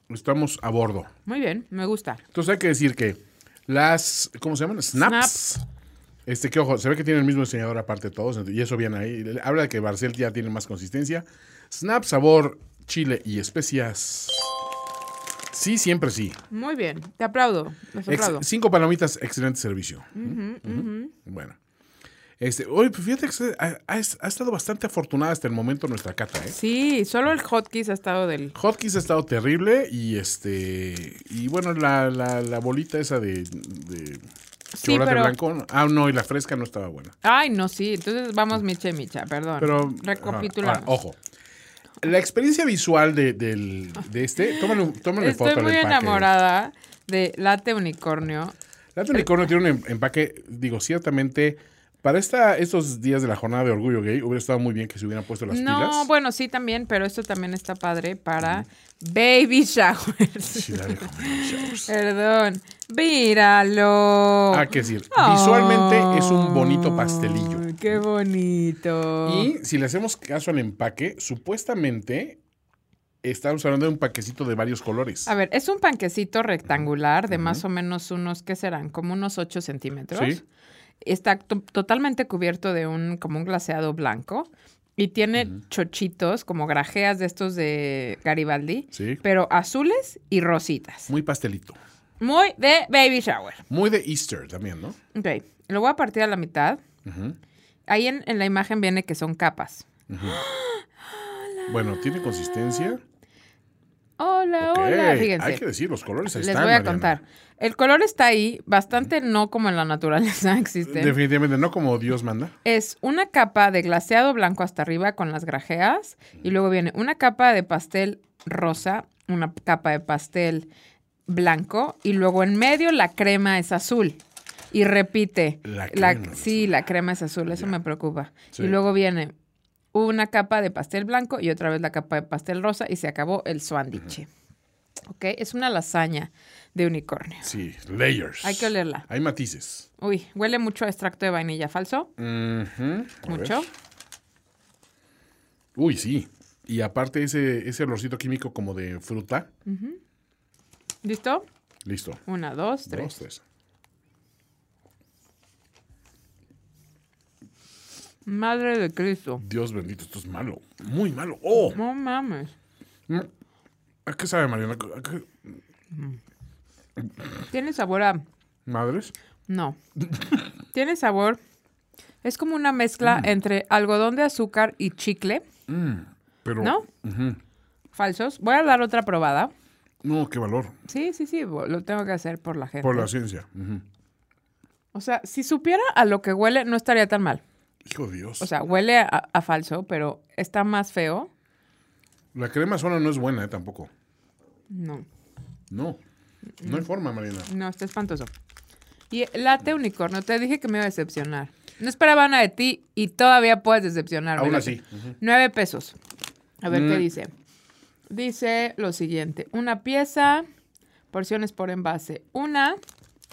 S2: mm.
S3: Estamos a bordo.
S2: Muy bien, me gusta.
S3: Entonces hay que decir que las, ¿cómo se llaman? Snaps. Snaps. Este, que ojo, se ve que tiene el mismo diseñador aparte de todos, y eso viene ahí. Habla de que Barcel ya tiene más consistencia. Snap, sabor, chile y especias. Sí, siempre sí.
S2: Muy bien, te aplaudo. Los
S3: Ex-
S2: aplaudo.
S3: cinco palomitas, excelente servicio.
S2: Ujú, ujú.
S3: Bueno. Este, oye, pues fíjate que se- ha, ha- ha estado bastante afortunada hasta el momento nuestra cata, ¿eh?
S2: Sí, solo el hotkeys ha estado del.
S3: Hotkeys ha estado terrible y este. Y bueno, la, la, la bolita esa de, de
S2: Sí,
S3: chocolate
S2: pero.
S3: blanco. no- Ah, no, y la fresca no estaba buena.
S2: Ay, no, sí. Entonces vamos micha y micha, perdón.
S3: Mm. Pero.
S2: Recapitulamos.
S3: ahora, ahora, ojo. La experiencia visual de, del- de este. Tómale, un- tómale
S2: Estoy
S3: foto al
S2: muy
S3: empaque.
S2: enamorada de latte unicornio.
S3: Latte Unicornio tiene un em- empaque, digo, ciertamente. Para esta, estos días de la jornada de orgullo gay, hubiera estado muy bien que se hubieran puesto las
S2: no,
S3: pilas.
S2: bueno, sí también, pero esto también está padre para baby showers.
S3: Sí, dale, comer, chavos.
S2: Perdón. Míralo.
S3: Ah, que decir, visualmente es un bonito pastelillo.
S2: Ay, Qué bonito.
S3: Y si le hacemos caso al empaque, supuestamente estamos hablando de un paquecito de varios colores.
S2: A ver, es un panquecito rectangular de más o menos unos, ¿qué serán? Como unos 8 centímetros.
S3: Sí.
S2: Está to- totalmente cubierto de un, como un glaseado blanco. Y tiene chochitos, como grajeas de estos de Garibaldi,
S3: Sí.
S2: pero azules y rositas.
S3: Muy pastelito.
S2: Muy de baby shower.
S3: Muy de Easter también, ¿no?
S2: Ok, lo voy a partir a la mitad.
S3: Ujú.
S2: Ahí en, en la imagen viene que son capas.
S3: Bueno, tiene consistencia.
S2: Hola,
S3: Ok,
S2: Ah, hola, fíjense.
S3: Hay que decir, los colores ahí
S2: Les
S3: están,
S2: voy a
S3: Mariana.
S2: contar. El color está ahí, bastante no como en la naturaleza existe.
S3: Definitivamente, no como Dios manda.
S2: Es una capa de glaseado blanco hasta arriba con las grajeas y luego viene una capa de pastel rosa, una capa de pastel blanco y luego en medio la crema es azul. Y repite,
S3: La
S2: la-
S3: crema es
S2: sí,
S3: azul.
S2: la crema es azul, eso me preocupa.
S3: Sí.
S2: Y luego viene una capa de pastel blanco y otra vez la capa de pastel rosa y se acabó el sándwich. ¿Ok? Es una lasaña de unicornio.
S3: Sí, layers.
S2: Hay que olerla.
S3: Hay matices.
S2: Uy, huele mucho a extracto de vainilla falso.
S3: Ujú. A ver.
S2: Mucho.
S3: Uy, sí. Y aparte ese, ese olorcito químico como de fruta.
S2: ¿Listo?
S3: Listo.
S2: Una, dos, tres.
S3: Dos, tres.
S2: Madre de Cristo.
S3: Dios bendito, esto es malo. Muy malo. ¡Oh!
S2: No mames.
S3: ¿A qué sabe, Mariana? ¿A qué?
S2: Tiene sabor a.
S3: ¿Madres?
S2: No. Tiene sabor. Es como una mezcla
S3: Mm.
S2: entre algodón de azúcar y chicle,
S3: Pero.
S2: ¿no? Falsos. Voy a dar otra probada.
S3: No, qué valor.
S2: Sí, sí, sí. bo- Lo tengo que hacer por la gente.
S3: Por la ciencia. Ujú.
S2: O sea, si supiera a lo que huele, no estaría tan mal.
S3: Hijo de Dios.
S2: O sea, huele a, a falso, pero está más feo.
S3: la crema sola no es buena, ¿eh? Tampoco.
S2: No.
S3: No. No
S2: Mm.
S3: hay forma, Mariana.
S2: No, está espantoso. Y el latte unicornio, te dije que me iba a decepcionar. No esperaba nada de ti y todavía puedes decepcionarme.
S3: Aún
S2: Latte.
S3: así.
S2: Nueve pesos. A ver qué
S3: Mm.
S2: dice. Dice lo siguiente. Una pieza, porciones por envase. Una.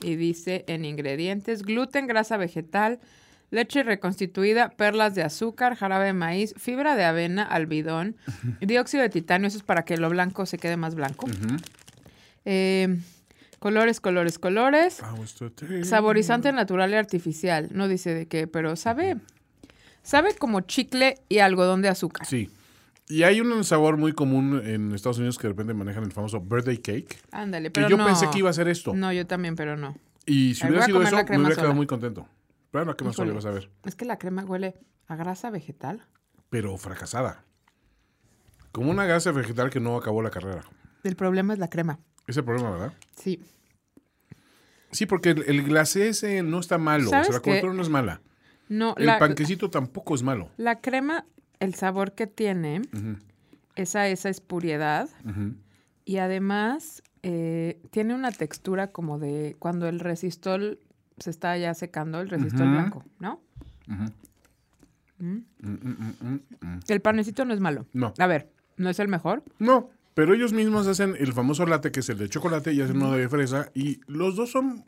S2: Y dice en ingredientes, gluten, grasa vegetal, leche reconstituida, perlas de azúcar, jarabe de maíz, fibra de avena, albidón, dióxido de titanio, eso es para que lo blanco se quede más blanco. Eh, colores, colores, colores.
S3: Ah, esto te- Mm.
S2: Saborizante natural y artificial. No dice de qué, pero sabe. Sabe como chicle y algodón de azúcar.
S3: Sí. Y hay un sabor muy común en Estados Unidos que de repente manejan el famoso birthday cake.
S2: Ándale,
S3: Que
S2: pero
S3: yo
S2: no.
S3: pensé que iba a ser esto.
S2: No, yo también, pero no.
S3: Y si
S2: Ay, voy
S3: hubiera
S2: a
S3: sido
S2: comer
S3: eso,
S2: la
S3: me
S2: crema
S3: hubiera quedado
S2: sola.
S3: muy contento. Claro, la crema sola,
S2: Híjole.
S3: vas a ver.
S2: Es que la crema huele a grasa vegetal.
S3: Pero fracasada. Como una grasa vegetal que no acabó la carrera.
S2: El problema es la crema.
S3: Es el problema, ¿verdad?
S2: Sí.
S3: Sí, porque el, el glacé ese no está malo. O sea,
S2: ¿Sabes
S3: la
S2: qué?
S3: cobertura no es mala.
S2: No,
S3: El
S2: la,
S3: panquecito tampoco es malo.
S2: la crema, el sabor que tiene, esa, esa espuriedad.
S3: Ujú.
S2: Y además, eh, tiene una textura como de cuando el resistol se está ya secando, el resistol
S3: Ujú.
S2: blanco, ¿no? El panecito no es malo.
S3: No.
S2: A ver, no es el mejor.
S3: No, pero ellos mismos hacen el famoso latte, que es el de chocolate, y hacen uno de fresa, y los dos son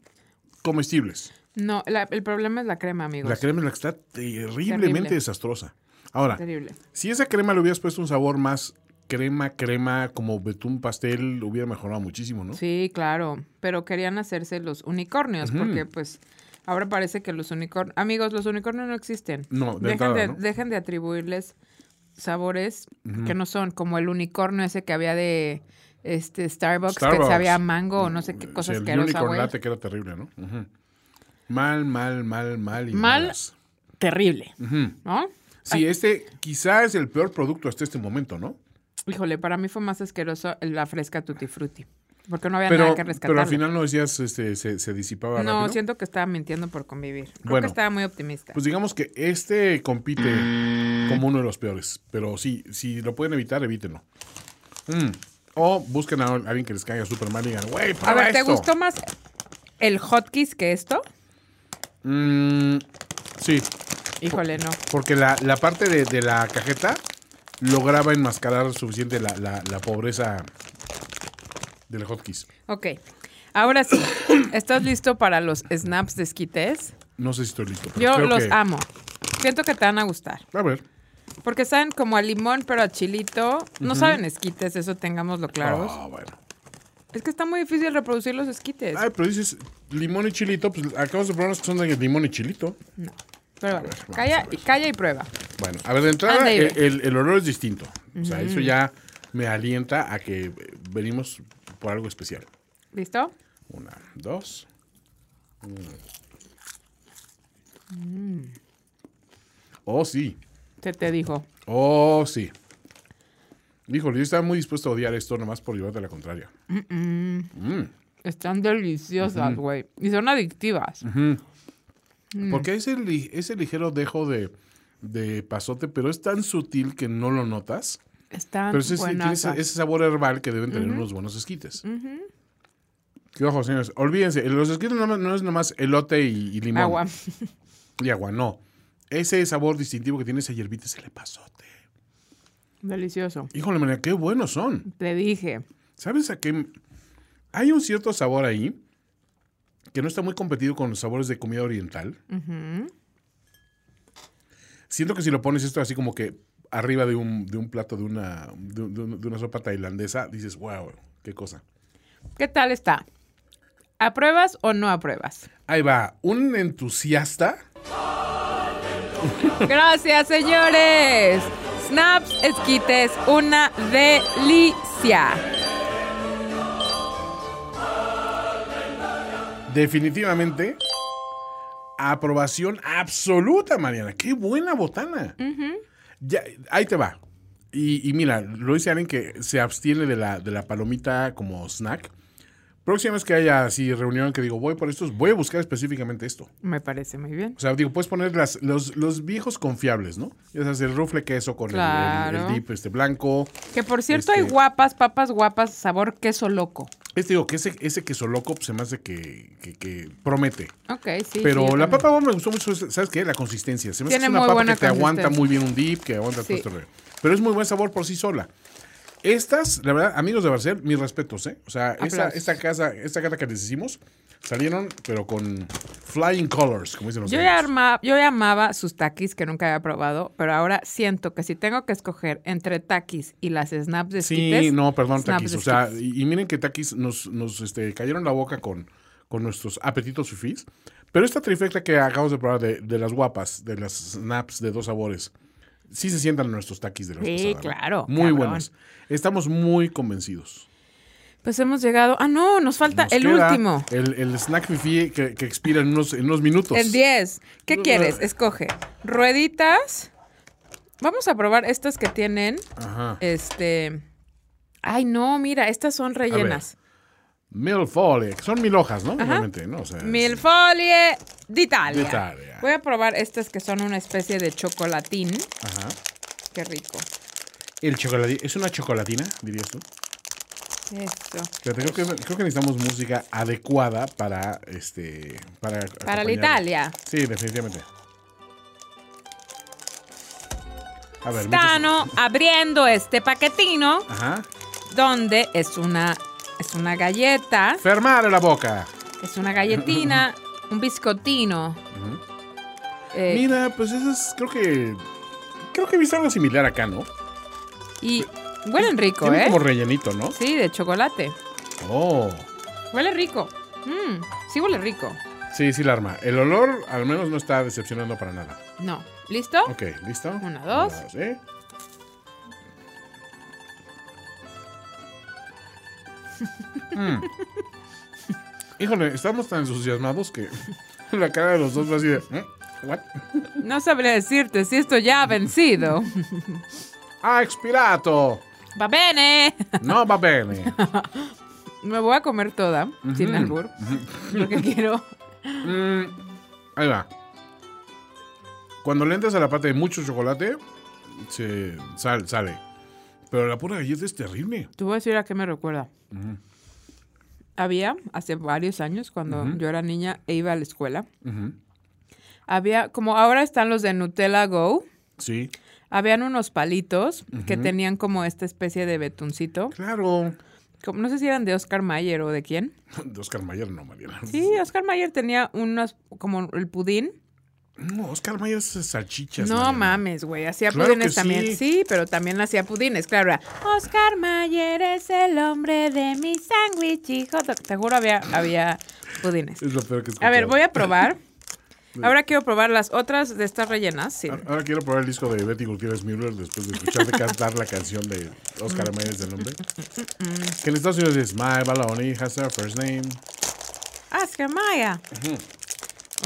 S3: comestibles.
S2: No, la- el problema es la crema, amigos.
S3: La crema es la que está terriblemente
S2: Terrible.
S3: desastrosa. Ahora,
S2: Terrible.
S3: si esa crema le hubieras puesto un sabor más crema, crema, como betún pastel, hubiera mejorado muchísimo, ¿no?
S2: Sí, claro. Pero querían hacerse los unicornios,
S3: Ujú.
S2: porque pues ahora parece que los unicornios. Amigos, los unicornios no existen.
S3: No, de
S2: dejen,
S3: entrada,
S2: de,
S3: ¿no?
S2: dejen de atribuirles sabores que no son, como el unicornio ese que había de este Starbucks,
S3: Starbucks.
S2: que sabía a mango o no sé qué
S3: Sí,
S2: cosas
S3: el
S2: que asquerosa,
S3: Unicorn
S2: güey.
S3: latte que era terrible, ¿no? Ujú. Mal, mal, mal, mal. y
S2: Mal.
S3: malas.
S2: Terrible,
S3: Ujú.
S2: ¿no?
S3: Sí, este quizá es el peor producto hasta este momento, ¿no?
S2: Híjole, para mí fue más asqueroso la fresca Tutti Frutti, porque no había
S3: Pero,
S2: nada que rescatar.
S3: pero al final no decías, este, se, se disipaba
S2: No,
S3: rápido.
S2: siento que estaba mintiendo por convivir. Creo que
S3: Bueno.
S2: estaba muy optimista.
S3: Pues digamos que este compite como uno de los peores. Pero sí, si lo pueden evitar, evítenlo. Mm. O busquen a alguien que les caiga súper mal y digan, güey,
S2: a
S3: prueba
S2: ver, ¿te
S3: esto".
S2: gustó más el hotkeys que esto?
S3: Mm, sí,
S2: Híjole, no.
S3: porque la, la parte de, de la cajeta lograba enmascarar suficiente la, la- la pobreza del hotkeys.
S2: Ok. Ahora sí, ¿estás listo para los snaps de esquites?
S3: No sé si estoy listo. pero
S2: Yo
S3: Pues creo
S2: los
S3: que-
S2: amo. Siento que te van a gustar.
S3: A ver.
S2: Porque saben como a limón, pero a chilito. No saben esquites, eso tengámoslo claro.
S3: Ah, bueno.
S2: Es que está muy difícil reproducir los esquites.
S3: Ay, pero dices limón y chilito. Pues acabamos de probar los que son de limón y chilito.
S2: pero bueno,
S3: ver, pues, vamos a
S2: calla,
S3: ver.
S2: calla y prueba.
S3: Bueno, a ver, de entrada,
S2: Anda y ve. Mm.
S3: el, el- el olor es distinto. O sea, eso ya me alienta a que eh, venimos por algo especial.
S2: ¿Listo?
S3: Una, dos. Mm. Oh, sí.
S2: Se te dijo.
S3: Oh, sí. Híjole, yo estaba muy dispuesto a odiar esto nomás por llevarte la contraria.
S2: Están deliciosas, güey. Y son adictivas. Mm.
S3: Porque ese, li- ese ligero dejo de, de pasote, pero es tan sutil que no lo notas.
S2: Están
S3: Pero ese, ese- tiene
S2: buenas.
S3: ese, ese sabor herbal que deben tener unos buenos esquites. Que ojo, señores, olvídense, los esquites no, no es nomás elote y, y limón.
S2: Agua.
S3: Y agua, no. Ese sabor distintivo que tiene esa hierbita es el epazote.
S2: Delicioso.
S3: Híjole, María, qué buenos son.
S2: Te dije.
S3: ¿Sabes a qué? Hay un cierto sabor ahí que no está muy competido con los sabores de comida oriental. Siento que si lo pones esto así como que arriba de un, de un plato de una, de, de una- de una sopa tailandesa, dices, wow, qué cosa.
S2: ¿Qué tal está? ¿Apruebas o no apruebas?
S3: Ahí va, un entusiasta.
S2: Gracias, señores. Snaps, esquites, una delicia.
S3: Definitivamente. Aprobación absoluta, Mariana. Qué buena botana. Ya, ahí te va. Y, y mira, lo dice alguien que se abstiene de la, de la palomita como snack. Próxima vez que haya así reunión que digo, voy por estos, voy a buscar específicamente esto.
S2: Me parece muy bien.
S3: O sea, digo, puedes poner las, los, los viejos confiables, ¿no? Ya sabes, el rufle queso con el- el- el,
S2: Claro.
S3: dip este blanco.
S2: Que por cierto hay
S3: Este-
S2: guapas, papas guapas, sabor queso loco.
S3: Este digo, que ese, ese queso loco pues, se me hace que- que- que promete.
S2: Ok, sí.
S3: Pero
S2: sí, yo
S3: la
S2: también.
S3: papa guava me gustó mucho, ¿sabes qué? La consistencia. Se me hace que
S2: Tiene
S3: es una
S2: muy
S3: papa que
S2: buena
S3: te aguanta
S2: consistencia.
S3: muy bien un dip, que aguanta todo
S2: Sí.
S3: este rollo. Pero es muy buen sabor por sí sola. Estas, la verdad, amigos de Barcel, mis respetos, ¿eh? O sea, esta,
S2: Aplausos.
S3: esta casa, esta carta que les hicimos, salieron, pero con flying colors, como dicen los
S2: Yo ya,
S3: gringos.
S2: arma- yo ya amaba sus taquis que nunca había probado, pero ahora siento que si tengo que escoger entre taquis y las snaps de esquites,
S3: Sí, no, perdón,
S2: snaps
S3: Takis.
S2: de
S3: O sea,
S2: esquites.
S3: y, y miren que Takis nos, nos este, cayeron la boca con, con nuestros apetitos fifís. Pero esta trifecta que acabamos de probar de, de las guapas, de las snaps de dos sabores, sí se sientan nuestros Takis de los
S2: Sí, claro,
S3: ¿eh? Muy
S2: cabrón.
S3: buenos. Estamos muy convencidos.
S2: Pues hemos llegado. Ah, no, nos falta
S3: Nos
S2: el
S3: queda
S2: último.
S3: El, el snack fifí que, que expira en unos, en unos minutos.
S2: El 10. ¿Qué
S3: No,
S2: quieres?
S3: no.
S2: Escoge. Rueditas. Vamos a probar estas que tienen.
S3: Ajá.
S2: Este. Ay, no, mira, estas son rellenas.
S3: Milfolie. Son mil hojas, ¿no? Obviamente, ¿no? O sea, es-
S2: Milfolie d'Italia.
S3: D'Italia.
S2: Voy a probar estas que son una especie de chocolatín.
S3: Ajá.
S2: Qué rico.
S3: El chocolati- ¿Es una chocolatina, dirías tú?
S2: Eso.
S3: Fíjate, creo que, creo que necesitamos música adecuada para este. Para,
S2: Para
S3: acompañar.
S2: la Italia.
S3: Sí, definitivamente. A ver, mientras-
S2: Stanno abriendo este paquetino
S3: Ajá.
S2: donde es una, es una galleta.
S3: Fermare la boca.
S2: Es una galletina, un biscotino. Eh,
S3: Mira, pues eso es. Creo que. Creo que he visto algo similar acá, ¿no?
S2: y Huelen rico,
S3: Tiene
S2: ¿eh?
S3: como rellenito, ¿no?
S2: Sí, de chocolate.
S3: Oh.
S2: Huele rico. Mm, sí huele rico.
S3: Sí, sí, la arma. El olor al menos no está decepcionando para nada.
S2: No. ¿Listo?
S3: Ok, ¿listo?
S2: Una, dos.
S3: ¿eh? Mm. Híjole, estamos tan entusiasmados que la cara de los dos va así de... ¿eh? ¿What?
S2: No sabría decirte si esto ya ha vencido.
S3: ¡Ah, expirato!
S2: Va bene.
S3: No va bene.
S2: Me voy a comer toda, sin albur. Lo que quiero.
S3: Mm, ahí va. Cuando le entras a la parte de mucho chocolate, se sal, sale. Pero la pura galleta es terrible.
S2: Te voy a decir a qué me recuerda. Había, hace varios años, cuando yo era niña e iba a la escuela,
S3: Ujú.
S2: había, como ahora están los de Nutella Go,
S3: Sí.
S2: habían unos palitos que tenían como esta especie de betuncito.
S3: Claro.
S2: Como- no sé si eran de Oscar Mayer o de quién.
S3: De Oscar Mayer no, Mariana.
S2: Sí, Oscar Mayer tenía unos, como el pudín.
S3: No, Oscar Mayer es salchichas.
S2: no
S3: Mariana.
S2: mames, güey, hacía
S3: Claro que
S2: pudines también.
S3: sí.
S2: Sí. pero también hacía pudines, claro. era, Oscar Mayer es el hombre de mi sándwich, hijo. de-". Te juro, había, había pudines.
S3: Es lo peor que he
S2: A ver,
S3: escuchado.
S2: voy a probar. Ahora quiero probar las otras de estas rellenas. Sí.
S3: A- Ahora quiero probar el disco de Betty Gutiérrez Müller después de escucharte cantar la canción de Oscar Mayer es el nombre.
S2: Mm,
S3: que en Estados Unidos es My Baloney has her first name.
S2: Oscar Mayer.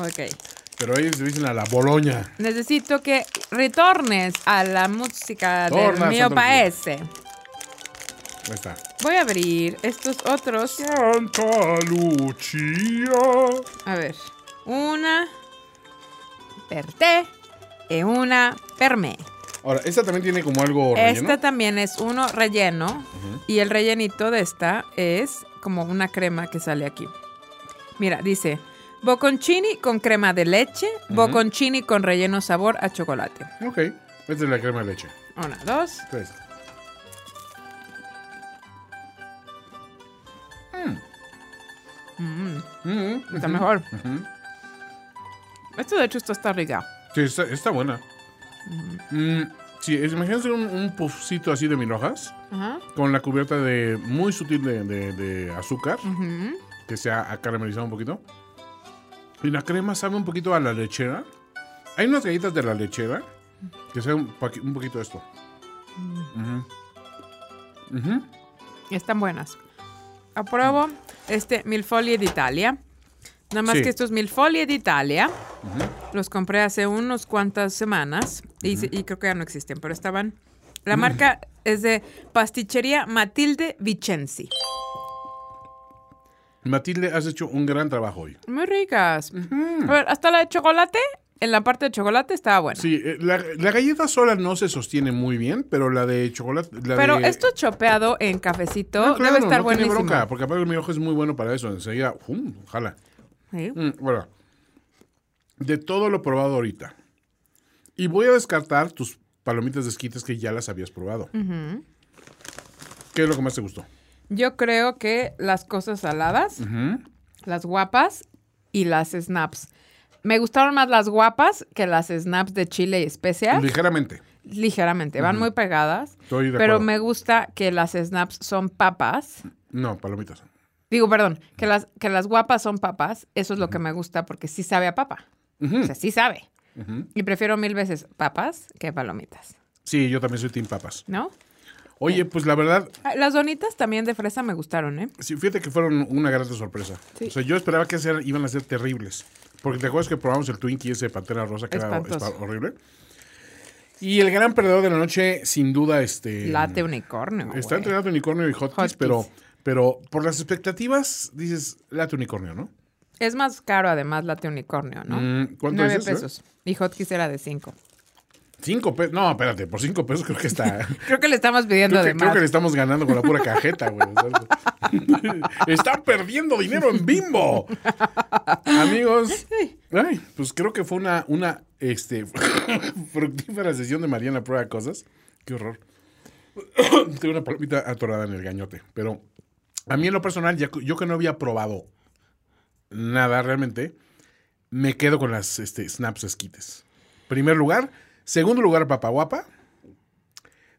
S2: Ok.
S3: Pero ellos le dicen a la Boloña.
S2: Necesito que retornes a la música
S3: Torna,
S2: del mío
S3: Sandra.
S2: paese.
S3: Ahí está.
S2: Voy a abrir estos otros.
S3: Santa Lucia.
S2: A ver. Una per te e una per me.
S3: Ahora, esta también tiene como algo relleno.
S2: Esta también es uno relleno. Y el rellenito de esta es como una crema que sale aquí. Mira, dice bocconcini con crema de leche, bocconcini con relleno sabor a chocolate.
S3: Ok. Esta es la crema de leche.
S2: Una, dos.
S3: Tres. Mm. Mm.
S2: Está mejor. Esto de hecho esto está rica.
S3: Sí, está, está buena. Mm, sí, es- imagínense un, un puffcito así de mil hojas
S2: Ajá.
S3: con la cubierta de muy sutil de, de- de azúcar que se ha ha caramelizado un poquito. Y la crema sabe un poquito a la lechera. Hay unas galletas de la lechera que saben un, poqui- un poquito a esto. Ujú. Ujú.
S2: Están buenas. Apruebo este Milfolie de Italia. Nada más
S3: Sí.
S2: que estos Milfolie de Italia los compré hace unos cuantas semanas y, se- y creo que ya no existen, pero estaban. La marca es de Pastichería Matilde Vicenzi.
S3: Matilde, has hecho un gran trabajo hoy.
S2: Muy ricas. A ver, hasta la de chocolate, en la parte de chocolate estaba buena.
S3: Sí, eh, la, la galleta sola no se sostiene muy bien, pero la de chocolate. la
S2: Pero
S3: de-
S2: esto chopeado en cafecito
S3: No, claro,
S2: debe estar
S3: no
S2: buenísimo.
S3: Tiene bronca, porque aparte mi ojo es muy bueno para eso. Enseguida, ¡fum! jala.
S2: Sí.
S3: Mm, bueno, de todo lo probado ahorita. Y voy a descartar tus palomitas de esquites que ya las habías probado. ¿Qué es lo que más te gustó?
S2: Yo creo que las cosas saladas, las guapas y las snaps. Me gustaron más las guapas que las snaps de chile y especias.
S3: Ligeramente.
S2: Ligeramente, van muy pegadas.
S3: Estoy de
S2: pero
S3: acuerdo.
S2: me gusta que las snaps son papas.
S3: No, palomitas.
S2: Digo, perdón, que las, que las guapas son papas. Eso es lo que me gusta porque sí sabe a papa. O sea, sí sabe. Y prefiero mil veces papas que palomitas,
S3: Sí, yo también soy team papas.
S2: ¿no?
S3: Oye, pues la verdad,
S2: Ah, Las donitas también de fresa me gustaron, ¿eh?
S3: sí, fíjate que fueron una grata sorpresa.
S2: Sí.
S3: O sea, yo esperaba que ser- iban a ser terribles. Porque te acuerdas que probamos el Twinkie ese de Pantera Rosa que
S2: Espantoso.
S3: era espa- horrible. Y el gran perdedor de la noche, sin duda, este...
S2: Late unicornio.
S3: Está
S2: Ah, güey.
S3: entre Late Unicornio y Hot Kiss,
S2: Hotkeys.
S3: pero, pero por las expectativas dices Late Unicornio, ¿no?
S2: Es más caro además late unicornio, ¿no?
S3: Mm, ¿cuánto
S2: Nueve
S3: dices, eh?
S2: pesos. Y Hotkeys era de cinco.
S3: Cinco pesos. No, espérate, por cinco pesos creo que está.
S2: Creo que le estamos pidiendo
S3: Creo
S2: de
S3: que, creo
S2: más.
S3: que le estamos ganando con la pura cajeta, güey. O sea, Están perdiendo dinero en bimbo. Amigos, ay, pues creo que fue una, una este, fructífera sesión de Mariana Prueba de Cosas. Qué horror. Tengo una palomita atorada en el gañote. Pero a mí en lo personal, ya, cu- yo que no había probado nada realmente, me quedo con las este, snaps esquites. Primer lugar. Segundo lugar, Papaguapa.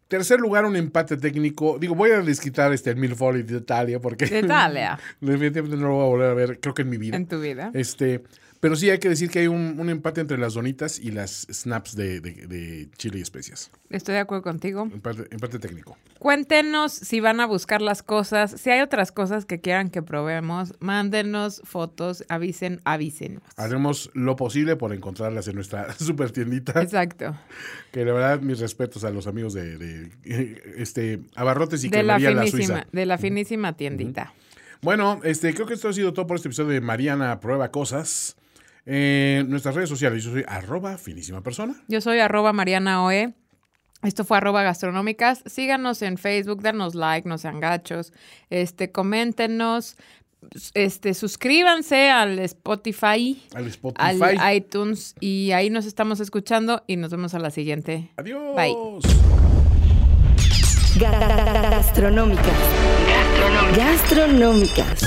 S3: Tercer lugar, un empate técnico. Digo, voy a desquitar este el Milford de Italia porque.
S2: De Italia.
S3: definitivamente no lo voy a volver a ver, creo que en mi vida.
S2: En tu vida.
S3: Este, pero sí hay que decir que hay un, un empate entre las donitas y las snaps de, de- de chile y especias.
S2: Estoy de acuerdo contigo.
S3: Empate, empate técnico.
S2: Cuéntenos si van a buscar las cosas, si hay otras cosas que quieran que probemos, mándenos fotos, avisen, avisen.
S3: Haremos lo posible por encontrarlas en nuestra super tiendita.
S2: Exacto.
S3: Que la verdad, mis respetos a los amigos de, de, este Abarrotes y
S2: De la
S3: Cremería La
S2: finísima,
S3: Suiza.
S2: de la finísima tiendita.
S3: Bueno, este, creo que esto ha sido todo por este episodio de Mariana Prueba Cosas. Eh, nuestras redes sociales, yo soy arroba finísima persona.
S2: Yo soy arroba Mariana Oe. Esto fue arroba gastronómicas. Síganos en Facebook, danos like, no sean gachos. Este, coméntenos. Este, suscríbanse al Spotify,
S3: Al Spotify.
S2: al iTunes y ahí nos estamos escuchando y nos vemos a la siguiente.
S3: Adiós.
S2: Bye.
S1: Gastronómicas. Gastronómicas.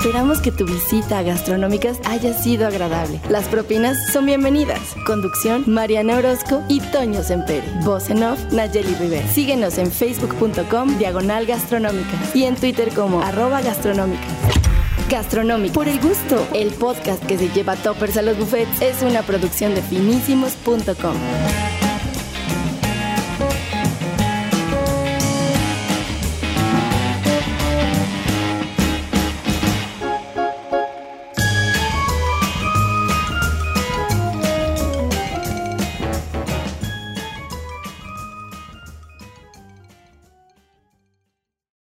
S1: Esperamos que tu visita a Gastronómicas haya sido agradable. Las propinas son bienvenidas. Conducción, Mariana Orozco y Toño Sempere. Voz en off, Nayeli Rivera. Síguenos en facebook.com, diagonal gastronómicas. Y en Twitter como arroba gastronómicas. Gastronómica. Por el gusto. El podcast que se lleva toppers a los buffets es una producción de finísimos.com.